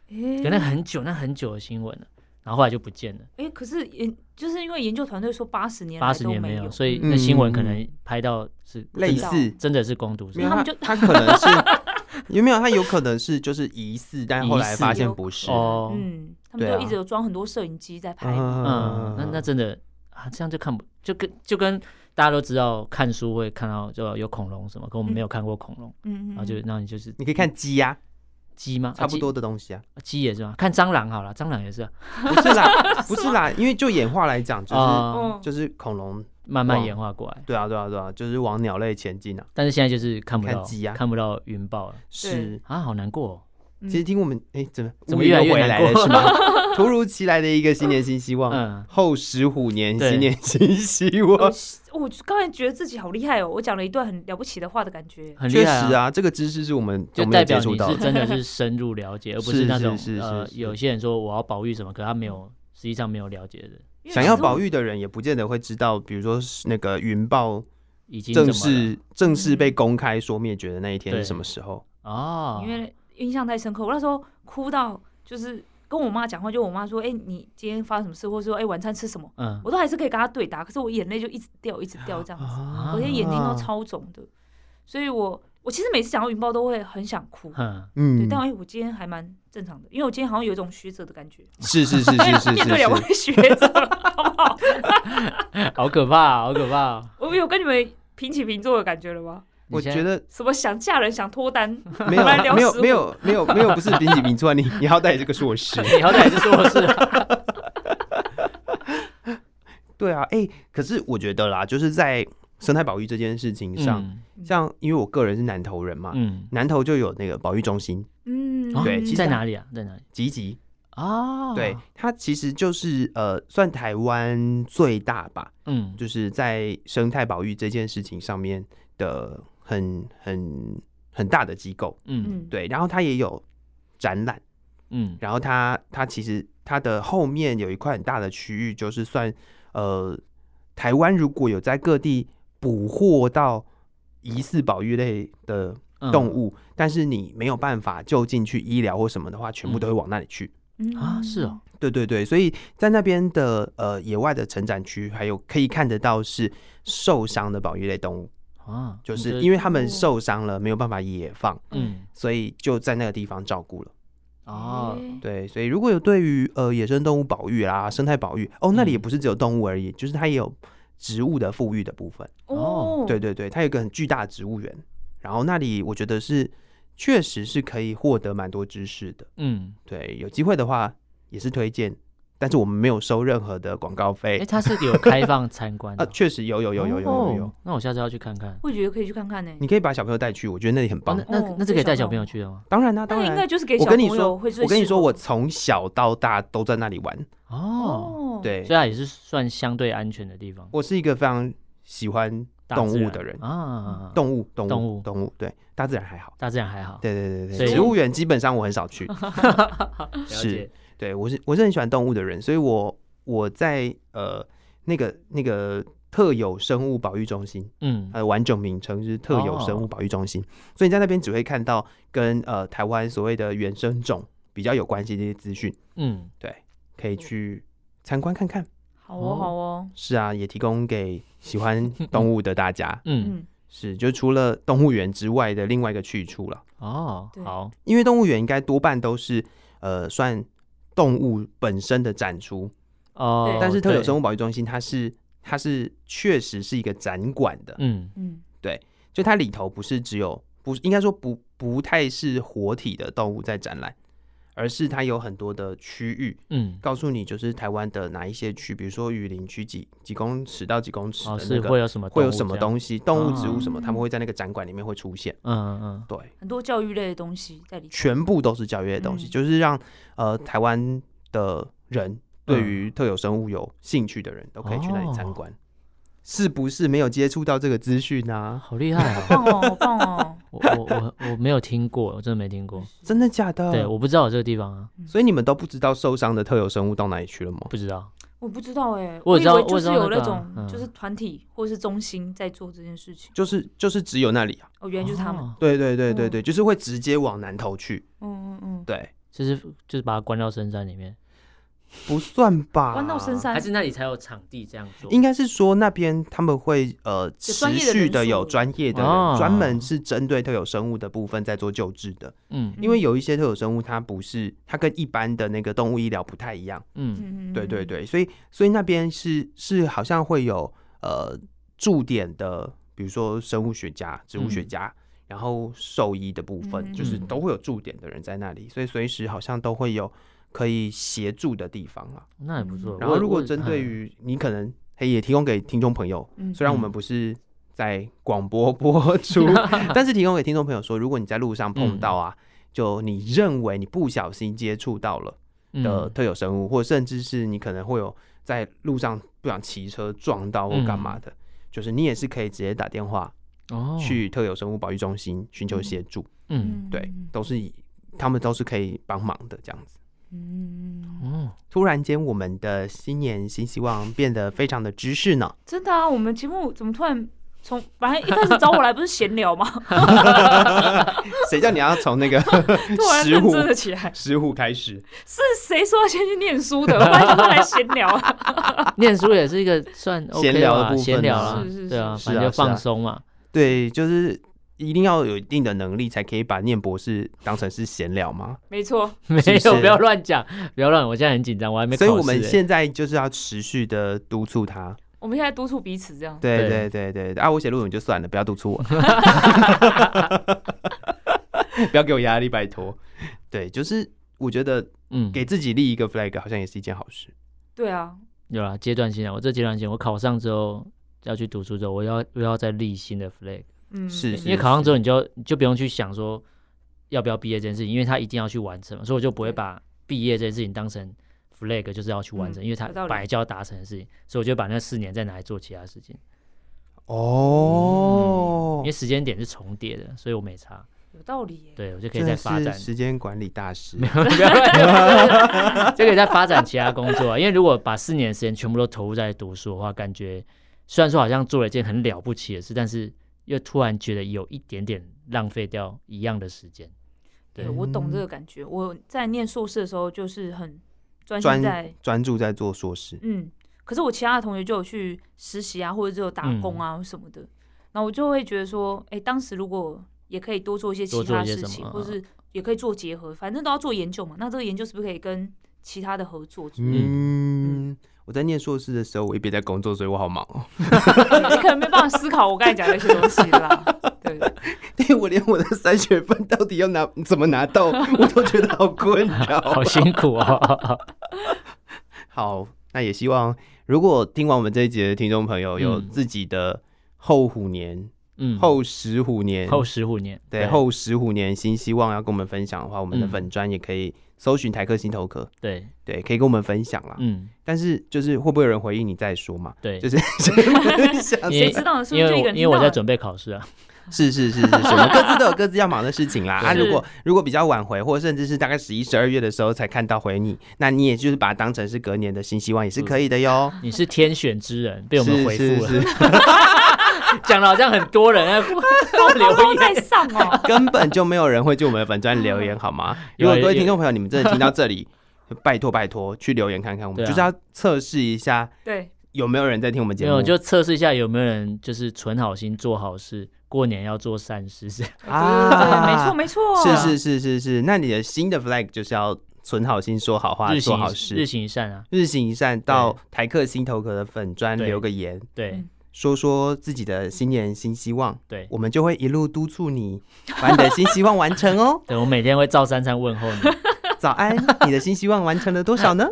Speaker 1: 诶
Speaker 2: 可那很久那很久的新闻了，然后后来就不见了，
Speaker 1: 诶可是研就是因为研究团队说八十年来
Speaker 2: 八十
Speaker 1: 都
Speaker 2: 年没
Speaker 1: 没
Speaker 2: 有，
Speaker 1: 有，
Speaker 2: 所以
Speaker 5: 嗯
Speaker 2: 那新闻可
Speaker 5: 嗯嗯
Speaker 2: 能拍到是
Speaker 5: 类
Speaker 1: 知道
Speaker 5: 似，
Speaker 2: 真的是攻读
Speaker 5: 没
Speaker 2: 生
Speaker 5: 有
Speaker 1: 他
Speaker 5: 它
Speaker 1: 们就
Speaker 5: 它可能是 有没有它有可能是就是疑似，但后来
Speaker 2: 疑似
Speaker 5: 发现不是。
Speaker 2: 哦，
Speaker 1: 嗯，他们
Speaker 5: 对
Speaker 1: 就
Speaker 5: 啊
Speaker 1: 一直有装很多摄影机在拍。
Speaker 5: 嗯
Speaker 2: 嗯，那那真的啊，这样就看不就跟就跟大家都知道看书会看到就有恐龙什么，可我们没有看过恐龙，
Speaker 1: 嗯嗯，
Speaker 2: 然后就
Speaker 1: 嗯
Speaker 2: 那你就是
Speaker 5: 你可以看鸡呀、
Speaker 2: 鸡吗？啊
Speaker 5: 差不多的东西啊，
Speaker 2: 鸡鸡也是吗？看蟑螂好了，蟑螂也是啊，
Speaker 5: 不是啦， 不是啦，因为就演化来讲，就是、
Speaker 2: 啊
Speaker 1: 嗯，
Speaker 5: 就是恐龙，
Speaker 2: 慢慢演化过来，
Speaker 5: 对啊，对啊，对啊，就是往鸟类前进啊。
Speaker 2: 但是现在就是看不
Speaker 5: 看
Speaker 2: 到
Speaker 5: 鸡啊
Speaker 2: 看不到云豹了
Speaker 5: 是，
Speaker 2: 啊，好难过哦。
Speaker 1: 嗯
Speaker 5: 其实听我们哎、怎么
Speaker 2: 怎么
Speaker 5: 乌云
Speaker 2: 越来
Speaker 5: 又
Speaker 2: 越
Speaker 5: 回
Speaker 2: 难
Speaker 5: 来
Speaker 2: 过
Speaker 5: 了是吗？突如其来的一个新年新希望，
Speaker 2: 嗯
Speaker 5: 后十五年
Speaker 2: 对
Speaker 5: 新年新希望。
Speaker 1: 我刚才觉得自己好厉害哦，我讲了一段很了不起的话的感觉。
Speaker 2: 很
Speaker 5: 确
Speaker 2: 厉害
Speaker 5: 实，啊，这个知识是我们
Speaker 2: 就
Speaker 5: 都没有
Speaker 2: 代
Speaker 5: 接
Speaker 2: 表
Speaker 5: 触
Speaker 2: 你
Speaker 5: 到
Speaker 2: 是
Speaker 5: 的。
Speaker 2: 真的是深入了 解，而不
Speaker 5: 是
Speaker 2: 是那
Speaker 5: 是
Speaker 2: 种
Speaker 5: 是
Speaker 2: 呃，
Speaker 5: 是是嗯
Speaker 2: 有些人说我要保育什么，可他没有实际上没有了解的，
Speaker 1: 因为
Speaker 5: 想要
Speaker 1: 其实我
Speaker 5: 保育的人也不见得会知道，比如说是那个云豹
Speaker 2: 已经
Speaker 5: 正
Speaker 2: 怎么了
Speaker 5: 式正式被公开说灭绝的那一天是什么时候？
Speaker 2: 哦，
Speaker 1: 因
Speaker 5: 啊
Speaker 1: 为印象太深刻，我那时候哭到就是跟我妈讲话，就我妈说：“哎、你今天发生什么事？”或者说：“哎、晚餐吃什么
Speaker 2: 嗯？”，
Speaker 1: 我都还是可以跟她对答，可是我眼泪就一直掉，一直掉这样子。
Speaker 5: 啊
Speaker 1: 我现在眼睛都超肿的，所以我我其实每次讲到云豹都会很想哭，
Speaker 2: 嗯，
Speaker 1: 对，
Speaker 5: 嗯，
Speaker 1: 但哎、我今天还蛮正常的，因为我今天好像有一种学者的感觉，
Speaker 5: 是是是是是 是
Speaker 1: 面对两
Speaker 5: 是，
Speaker 1: 位学者 了，好不好？
Speaker 2: 好可怕，好可怕。哦
Speaker 1: 我有跟你们平起平坐的感觉了吗？
Speaker 5: 我
Speaker 2: 你现在
Speaker 5: 觉得
Speaker 1: 什么想嫁人、想脱单，
Speaker 5: 没有
Speaker 1: 我们来聊
Speaker 5: 没有
Speaker 1: 食物
Speaker 5: 没有没有没有，不是丙己丙错，你你好歹也是个硕士。
Speaker 2: 你好歹也是啊硕士，
Speaker 5: 对啊，哎、可是我觉得啦，就是在生态保育这件事情上，像因为我个人是南投人嘛，
Speaker 2: 嗯，
Speaker 5: 南投就有那个保育中心，
Speaker 1: 嗯，
Speaker 2: 哦
Speaker 5: 对其实
Speaker 2: 在哪里啊？在哪里？
Speaker 5: 集集，
Speaker 2: 哦，
Speaker 5: 对，，它其实就是呃，算台湾最大吧，
Speaker 2: 嗯，
Speaker 5: 就是在生态保育这件事情上面的很很很大的机构，
Speaker 2: 嗯
Speaker 1: 嗯，
Speaker 5: 对，然后它也有展览，
Speaker 2: 嗯，
Speaker 5: 然后它它其实它的后面有一块很大的区域，就是算呃，台湾如果有在各地捕获到疑似保育类的
Speaker 2: 嗯
Speaker 5: 动物，但是你没有办法就近去医疗或什么的话，全部都会往那里去。
Speaker 1: 嗯
Speaker 2: 啊，是哦，，
Speaker 5: 对对对，所以在那边的呃野外的成展区，还有可以看得到是受伤的保育类动物，
Speaker 2: 啊，
Speaker 5: 就是因为他
Speaker 1: 哦
Speaker 5: 们受伤了，没有办法野放，
Speaker 2: 嗯，
Speaker 5: 所以就在那个地方照顾了。
Speaker 2: 哦，
Speaker 1: 诶
Speaker 5: 对，所以如果有对于呃野生动物保育啦、生态保育，哦，那里也不是只有动物而已，就是它也有植物的富裕的部分。
Speaker 1: 哦，
Speaker 5: 对，对对，它有一个很巨大的植物园，然后那里我觉得是确实是可以获得蛮多知识的。
Speaker 2: 嗯，
Speaker 5: 对，有机会的话也是推荐但是我们没有收任何的广告
Speaker 2: 哎、
Speaker 5: 费。
Speaker 2: 它是有开放参 观的
Speaker 5: 啊，
Speaker 2: 哦、
Speaker 5: 确实有有有有有有有有
Speaker 2: 哦，那我下次要去看看。
Speaker 1: 我也觉得可以去看看呢、
Speaker 5: 你可以把小朋友带去，我觉得那里很
Speaker 2: 哦
Speaker 5: 棒。
Speaker 2: 那那
Speaker 1: 哦
Speaker 2: 那这可以
Speaker 1: 给
Speaker 2: 带
Speaker 1: 小
Speaker 2: 小朋友
Speaker 1: 朋友
Speaker 2: 去的吗？
Speaker 5: 当然啦、
Speaker 1: 那
Speaker 5: 当
Speaker 1: 个
Speaker 5: 然
Speaker 1: 应，该就是给小
Speaker 5: 我
Speaker 1: 朋
Speaker 5: 跟你说
Speaker 1: 友会，最
Speaker 5: 我跟你说，
Speaker 1: 适合
Speaker 5: 我从小到大都在那里玩。
Speaker 2: 哦，
Speaker 1: 哦，
Speaker 5: 对，
Speaker 2: 所以它也是算相对安全的地方。
Speaker 5: 我是一个非常喜欢
Speaker 2: 大
Speaker 5: 动
Speaker 2: 自
Speaker 5: 物
Speaker 2: 然
Speaker 5: 的人，
Speaker 2: 啊，
Speaker 5: 动物，动物，
Speaker 2: 嗯动物
Speaker 5: 动物，对，大自然还好。
Speaker 2: 大自然还好。
Speaker 5: 对对对
Speaker 2: 所
Speaker 5: 对，
Speaker 2: 以
Speaker 5: 植物园基本上我很 少去。
Speaker 2: 了
Speaker 5: 是
Speaker 2: 解
Speaker 5: 对我是我是很喜欢动物的人，所以我我在呃那个那个特有生物保育中心，
Speaker 2: 嗯，
Speaker 5: 呃，完整名称是特有
Speaker 2: 哦
Speaker 5: 生物保育中心，所以你在那边只会看到跟呃台湾所谓的原生种比较有关系的一些资讯，
Speaker 2: 嗯，
Speaker 5: 可以去参观看看。
Speaker 1: 好哦，好哦，
Speaker 5: 是啊，也提供给喜欢动物的大家。
Speaker 2: 嗯，
Speaker 1: 嗯，
Speaker 5: 是，就除了动物园之外的另外一个去处了，
Speaker 2: 哦
Speaker 1: 对，
Speaker 2: 好，
Speaker 5: 因为动物园应该多半都是呃算动物本身的展出，
Speaker 2: 哦，
Speaker 5: 但是特有生
Speaker 2: 物，
Speaker 5: 物保育中心它是它是确实是一个展馆的，
Speaker 2: 嗯，
Speaker 1: 嗯，
Speaker 5: 就它里头不是只有不应该说不不太是活体的动物在展览，而是它有很多的区域
Speaker 2: 嗯，
Speaker 5: 告诉你就是台湾的哪一些区，比如说雨林区几几公尺到几公尺
Speaker 2: 哦，
Speaker 5: 的
Speaker 2: 是
Speaker 5: 那个、
Speaker 2: 会有什么
Speaker 5: 会有
Speaker 2: 动物
Speaker 5: 什么
Speaker 2: 这样？
Speaker 5: 东西，动物植物
Speaker 1: 哦
Speaker 5: 什么，他们会在那个展馆里面会出现，
Speaker 2: 嗯嗯
Speaker 5: 对。
Speaker 1: 很多教育类的东西在里 头。
Speaker 5: 全部都是教育的东西，
Speaker 1: 嗯
Speaker 5: 就是让呃台湾的人对于
Speaker 2: 嗯
Speaker 5: 特有生物有兴趣的人都可以去那里参观。
Speaker 2: 哦
Speaker 5: 是不是没有接触到这个资讯
Speaker 2: 嗯，
Speaker 5: 啊？
Speaker 2: 好厉害啊！
Speaker 1: 棒哦，好棒哦！
Speaker 2: 我我我我没有听过，我真的没听过。
Speaker 5: 真的假的？
Speaker 2: 对，我不知道有这个地方啊，
Speaker 5: 所以你们都不知道受伤的特有生物到哪里去了吗？
Speaker 2: 不知道。
Speaker 1: 我不知道哎、
Speaker 2: 我
Speaker 1: 我
Speaker 2: 也
Speaker 1: 以
Speaker 2: 知道
Speaker 1: 为就
Speaker 2: 我也知
Speaker 1: 是
Speaker 2: 道
Speaker 1: 有
Speaker 2: 那个
Speaker 1: 那
Speaker 2: 啊
Speaker 1: 种
Speaker 2: 嗯
Speaker 1: 就是团体或是中心在做这件事情，
Speaker 5: 就是就是只有那里啊。
Speaker 1: 哦，原来就是他们，
Speaker 2: 哦，
Speaker 5: 对对对对对，就是会直接往南头去。
Speaker 1: 嗯嗯嗯，
Speaker 5: 对，
Speaker 2: 就是就是把它关到深山里面，
Speaker 5: 不算吧？
Speaker 1: 弯到深山
Speaker 5: 啊
Speaker 2: 还是那里才有场地这样做？
Speaker 5: 应该是说那边他们会呃持
Speaker 1: 专业的
Speaker 5: 续
Speaker 1: 人
Speaker 5: 的
Speaker 1: 数
Speaker 5: 有专业的
Speaker 2: 哦
Speaker 5: 人，专门是针对特有生物的部分在做救治的。
Speaker 2: 嗯
Speaker 5: 因为有一些特有生物，它不是它跟一般的那个动物医疗不太一样，
Speaker 2: 嗯
Speaker 1: 嗯，嗯嗯
Speaker 5: 对对
Speaker 1: 嗯
Speaker 5: 对，所以所以那边是是好像会有呃驻点的，比如说生物学家、植物学家，然后兽医的部分，
Speaker 1: 嗯
Speaker 5: 就是都会有驻点的人在那里，所以随时好像都会有可以协助的地方啊。
Speaker 2: 那也不错。
Speaker 5: 然后
Speaker 2: 我
Speaker 5: 如果
Speaker 2: 我
Speaker 5: 针对
Speaker 2: 嗯
Speaker 5: 于你可能嘿也提供给听众朋友，
Speaker 1: 嗯
Speaker 5: 虽然我们
Speaker 2: 嗯
Speaker 5: 不是在广 播播出，但是提供给听众朋友说，如果你在路上碰到
Speaker 2: 嗯
Speaker 5: 啊，就你认为你不小心接触到了的
Speaker 2: 嗯
Speaker 5: 特有生物，或甚至是你可能会有在路上不想骑车撞到或干嘛的，就是你也是可以直接打电话
Speaker 2: 嗯哦
Speaker 5: 去特有生物保育中心寻求协助，
Speaker 2: 嗯
Speaker 5: 对，都是以他们都是可以帮忙的这样子。
Speaker 1: 嗯，嗯嗯
Speaker 2: 哦
Speaker 5: 突然间，我们的新年新希望变得非常的知识呢。
Speaker 1: 真的啊，我们节目怎么突然从本来一开始找我来不是闲聊 吗？
Speaker 5: 谁叫你要从那 个
Speaker 1: 突然
Speaker 5: 食
Speaker 1: 认
Speaker 5: 物
Speaker 1: 真了起来，
Speaker 5: 食虎开始？
Speaker 1: 是谁说要先去念书的？我本来想说来闲聊 啊，
Speaker 2: 念书也是一个算 OK
Speaker 5: 闲聊的
Speaker 2: 啦
Speaker 5: 部分
Speaker 2: 闲聊
Speaker 5: 啊
Speaker 2: 啦
Speaker 1: 是是，
Speaker 2: 对啊，
Speaker 5: 是
Speaker 2: 反正
Speaker 5: 啊
Speaker 2: 就是
Speaker 5: 啊
Speaker 2: 放松嘛。
Speaker 5: 对，就是一定要有一定的能力，才可以把念博士当成是闲聊嘛。
Speaker 1: 没错，
Speaker 2: 没
Speaker 5: 是不
Speaker 2: 有，
Speaker 5: 是
Speaker 2: 不要乱讲，不要乱。我现在很紧张，我还没考
Speaker 5: 所
Speaker 2: 试欸。
Speaker 5: 以我们现在就是要持续的督促他。
Speaker 1: 我们现在督促彼此这样。
Speaker 5: 对
Speaker 2: 对
Speaker 5: 对对对，啊，我写论文就算了，不要督促 我，不要给我压力，拜托。 对，就是我觉得
Speaker 2: 嗯，
Speaker 5: 给自己立一个 flag 好像也是一件好事。
Speaker 1: 对啊，
Speaker 2: 有啦，阶段性啊，我这阶段性，我考上之后要去读书之后，我要又要再立新的 flag，
Speaker 1: 嗯，
Speaker 5: 是
Speaker 2: 因为考上之后你就你就不用去想说要不要毕业这件事情，因为他一定要去完成嘛，所以我就不会把毕业这件事情当成 flag，就是要去完成，
Speaker 1: 嗯
Speaker 2: 因为它
Speaker 1: 有道理
Speaker 2: 本来就要达成的事情，所以我就把那四年再拿来做其他事情，
Speaker 5: 哦
Speaker 2: 哦因
Speaker 5: 嗯
Speaker 2: 为，时间点是重叠的，所以我没差，
Speaker 1: 有道理耶。
Speaker 2: 对我就可以
Speaker 5: 真
Speaker 2: 再
Speaker 5: 的
Speaker 2: 发
Speaker 5: 是
Speaker 2: 展。
Speaker 5: 时间管理大师。
Speaker 2: 不要 乱就可以再发展其他工作、啊。因为如果把四年的时间全部都投入在读书的话，感觉虽然说好像做了一件很了不起的事，但是又突然觉得有一点点浪费掉一样的时间。对
Speaker 1: 对，我懂这个感觉。我在念硕士的时候就是很专心
Speaker 5: 专
Speaker 1: 在，
Speaker 5: 专注在做硕士，
Speaker 1: 嗯，可是我其他的同学就有去实习啊，或者就有打
Speaker 2: 嗯
Speaker 1: 工啊什么的，然后我就会觉得说，哎、当时如果也可以多做一些其
Speaker 2: 多做
Speaker 1: 他
Speaker 2: 一些
Speaker 1: 事
Speaker 2: 什
Speaker 1: 情，
Speaker 2: 么嗯
Speaker 1: 或是也可以做结合，反正都要做研究嘛。那这个研究是不是可以跟其他的合作？
Speaker 5: 嗯，我在念硕士的时候，我一边在工作，所以我好忙哦。
Speaker 1: 你可能没办法思考我刚才讲的那些东西啦。 对，
Speaker 5: 对我连我的三学分到底要拿
Speaker 2: 啊
Speaker 5: 怎么拿到，我都觉得好困扰。
Speaker 2: 好辛苦哦！
Speaker 5: 好，那也希望如果听完我们这一集的听众朋友有
Speaker 2: 嗯
Speaker 5: 自己的后虎年、
Speaker 2: 嗯，
Speaker 5: 后十虎年、
Speaker 2: 后十五年，
Speaker 5: 对嗯后十虎年新希望要跟我们分享的话，我们的粉砖也可以搜寻台客心头壳，
Speaker 2: 对，
Speaker 5: 对，可以跟我们分享啦。
Speaker 2: 嗯，
Speaker 5: 但是就是会不会有人回应你再说嘛？
Speaker 2: 对
Speaker 5: 就，是 就是分享
Speaker 2: 因
Speaker 1: 谁
Speaker 2: 为
Speaker 1: 知道呢？是不
Speaker 2: 因
Speaker 1: 是就
Speaker 2: 为
Speaker 1: 一个
Speaker 2: 我
Speaker 1: 人
Speaker 2: 因为我
Speaker 1: 听到
Speaker 2: 在
Speaker 1: 了
Speaker 2: 准备考试啊，
Speaker 5: 是是是是是，我们各自都有各自要忙的事情 啦。啊，
Speaker 2: 对
Speaker 5: 如果如果比较晚回，或甚至是大概十一、十二月的时候才看到回你，那你也就是把它当成是隔年的新希望，也是可以的哟。
Speaker 2: 你是天选之人，嗯被我们回复
Speaker 5: 是
Speaker 2: 了，
Speaker 5: 是是，
Speaker 2: 讲的好像很多 人在
Speaker 1: 高
Speaker 2: 留
Speaker 1: 高在
Speaker 2: 言，
Speaker 1: 上哦，
Speaker 5: 根本就没有人会去我们的粉专留言，好吗？如
Speaker 2: 有啊
Speaker 5: 果各位
Speaker 2: 有
Speaker 5: 听众朋友，你们真的听到这里，拜托拜托去留言看看，我们
Speaker 2: 对啊
Speaker 5: 就是要测试一下
Speaker 1: 对，
Speaker 5: 有没有人在听我们节
Speaker 2: 没有
Speaker 5: 目。
Speaker 2: 就测试一下有没有人就是存好心做好事，过年要做善 事，
Speaker 5: 啊
Speaker 1: 对，没错没错，
Speaker 5: 是是是是是，那你的新的 flag 就是要存好心，说好话，
Speaker 2: 日
Speaker 5: 做
Speaker 2: 行
Speaker 5: 好
Speaker 2: 日
Speaker 5: 事，
Speaker 2: 行一善啊，
Speaker 5: 日行一善。到台客心头壳的粉专
Speaker 2: 对
Speaker 5: 留个言。
Speaker 2: 对
Speaker 1: 嗯
Speaker 5: 说说自己的新年新希望，
Speaker 2: 对。
Speaker 5: 我们就会一路督促你 把你的新希望完成哦
Speaker 2: 对，我每天会照三餐问候你，
Speaker 5: 早安，你的新希望完成了多少呢？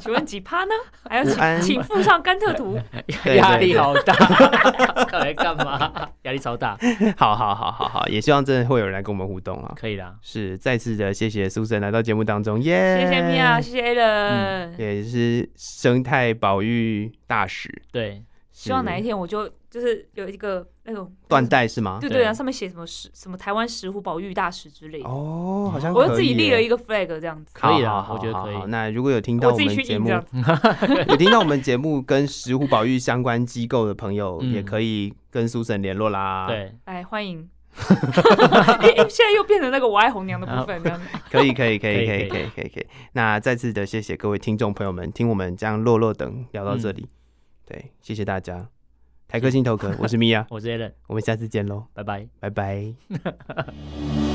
Speaker 1: 请问几趴呢？还有
Speaker 5: 午安
Speaker 1: 请请附上甘特 图，
Speaker 5: 对
Speaker 2: 压
Speaker 5: 对
Speaker 2: 力
Speaker 5: 对
Speaker 2: 好大， 到底在干嘛？ 压力超大，
Speaker 5: 好好好好好，也希望真的会有人来跟我们互动啊。
Speaker 2: 可以啦，
Speaker 5: 是，再次的谢谢苏神来到节目当中，耶、
Speaker 1: 谢谢米
Speaker 2: 哎
Speaker 1: 娅，谢谢
Speaker 2: 嗯
Speaker 1: Allen，
Speaker 5: 也是生态保育大使，
Speaker 2: 对，
Speaker 1: 希望哪一
Speaker 5: 是
Speaker 1: 天我就就是有一个那种
Speaker 5: 断代是吗？
Speaker 1: 对
Speaker 2: 对
Speaker 1: 对，然后上面写什么石什么台湾石虎保育大使之类的，
Speaker 5: 哦，好像
Speaker 1: 我又自己立了
Speaker 5: 个。
Speaker 1: 一个 flag 这样子，
Speaker 2: 可以啦
Speaker 5: 好好
Speaker 2: 我觉得
Speaker 5: 好
Speaker 2: 可以
Speaker 5: 好那如果有听到
Speaker 1: 我
Speaker 5: 我
Speaker 1: 自己
Speaker 5: 们
Speaker 1: 去
Speaker 5: 节
Speaker 1: 印
Speaker 5: 目嗯
Speaker 1: 这，样。
Speaker 5: 有听到我们节目跟石虎保育相关机构的朋友，
Speaker 2: 嗯
Speaker 5: 也可以跟苏神联络啦。，
Speaker 2: 对，
Speaker 1: 来哎欢迎。 因为现在又变成那个我爱红娘的部分，这样子。
Speaker 5: 可以，可以，可以，可
Speaker 2: 可以
Speaker 5: 以，可以，可以，可以。那再次的谢谢各位听众朋友们，听我们这样落落等聊到这里，
Speaker 2: 嗯
Speaker 5: 对，谢谢大家。 台客心头壳，我是米娅，
Speaker 2: 我是 a l n
Speaker 5: 我们下次见喽，
Speaker 2: 拜拜。
Speaker 5: 拜拜。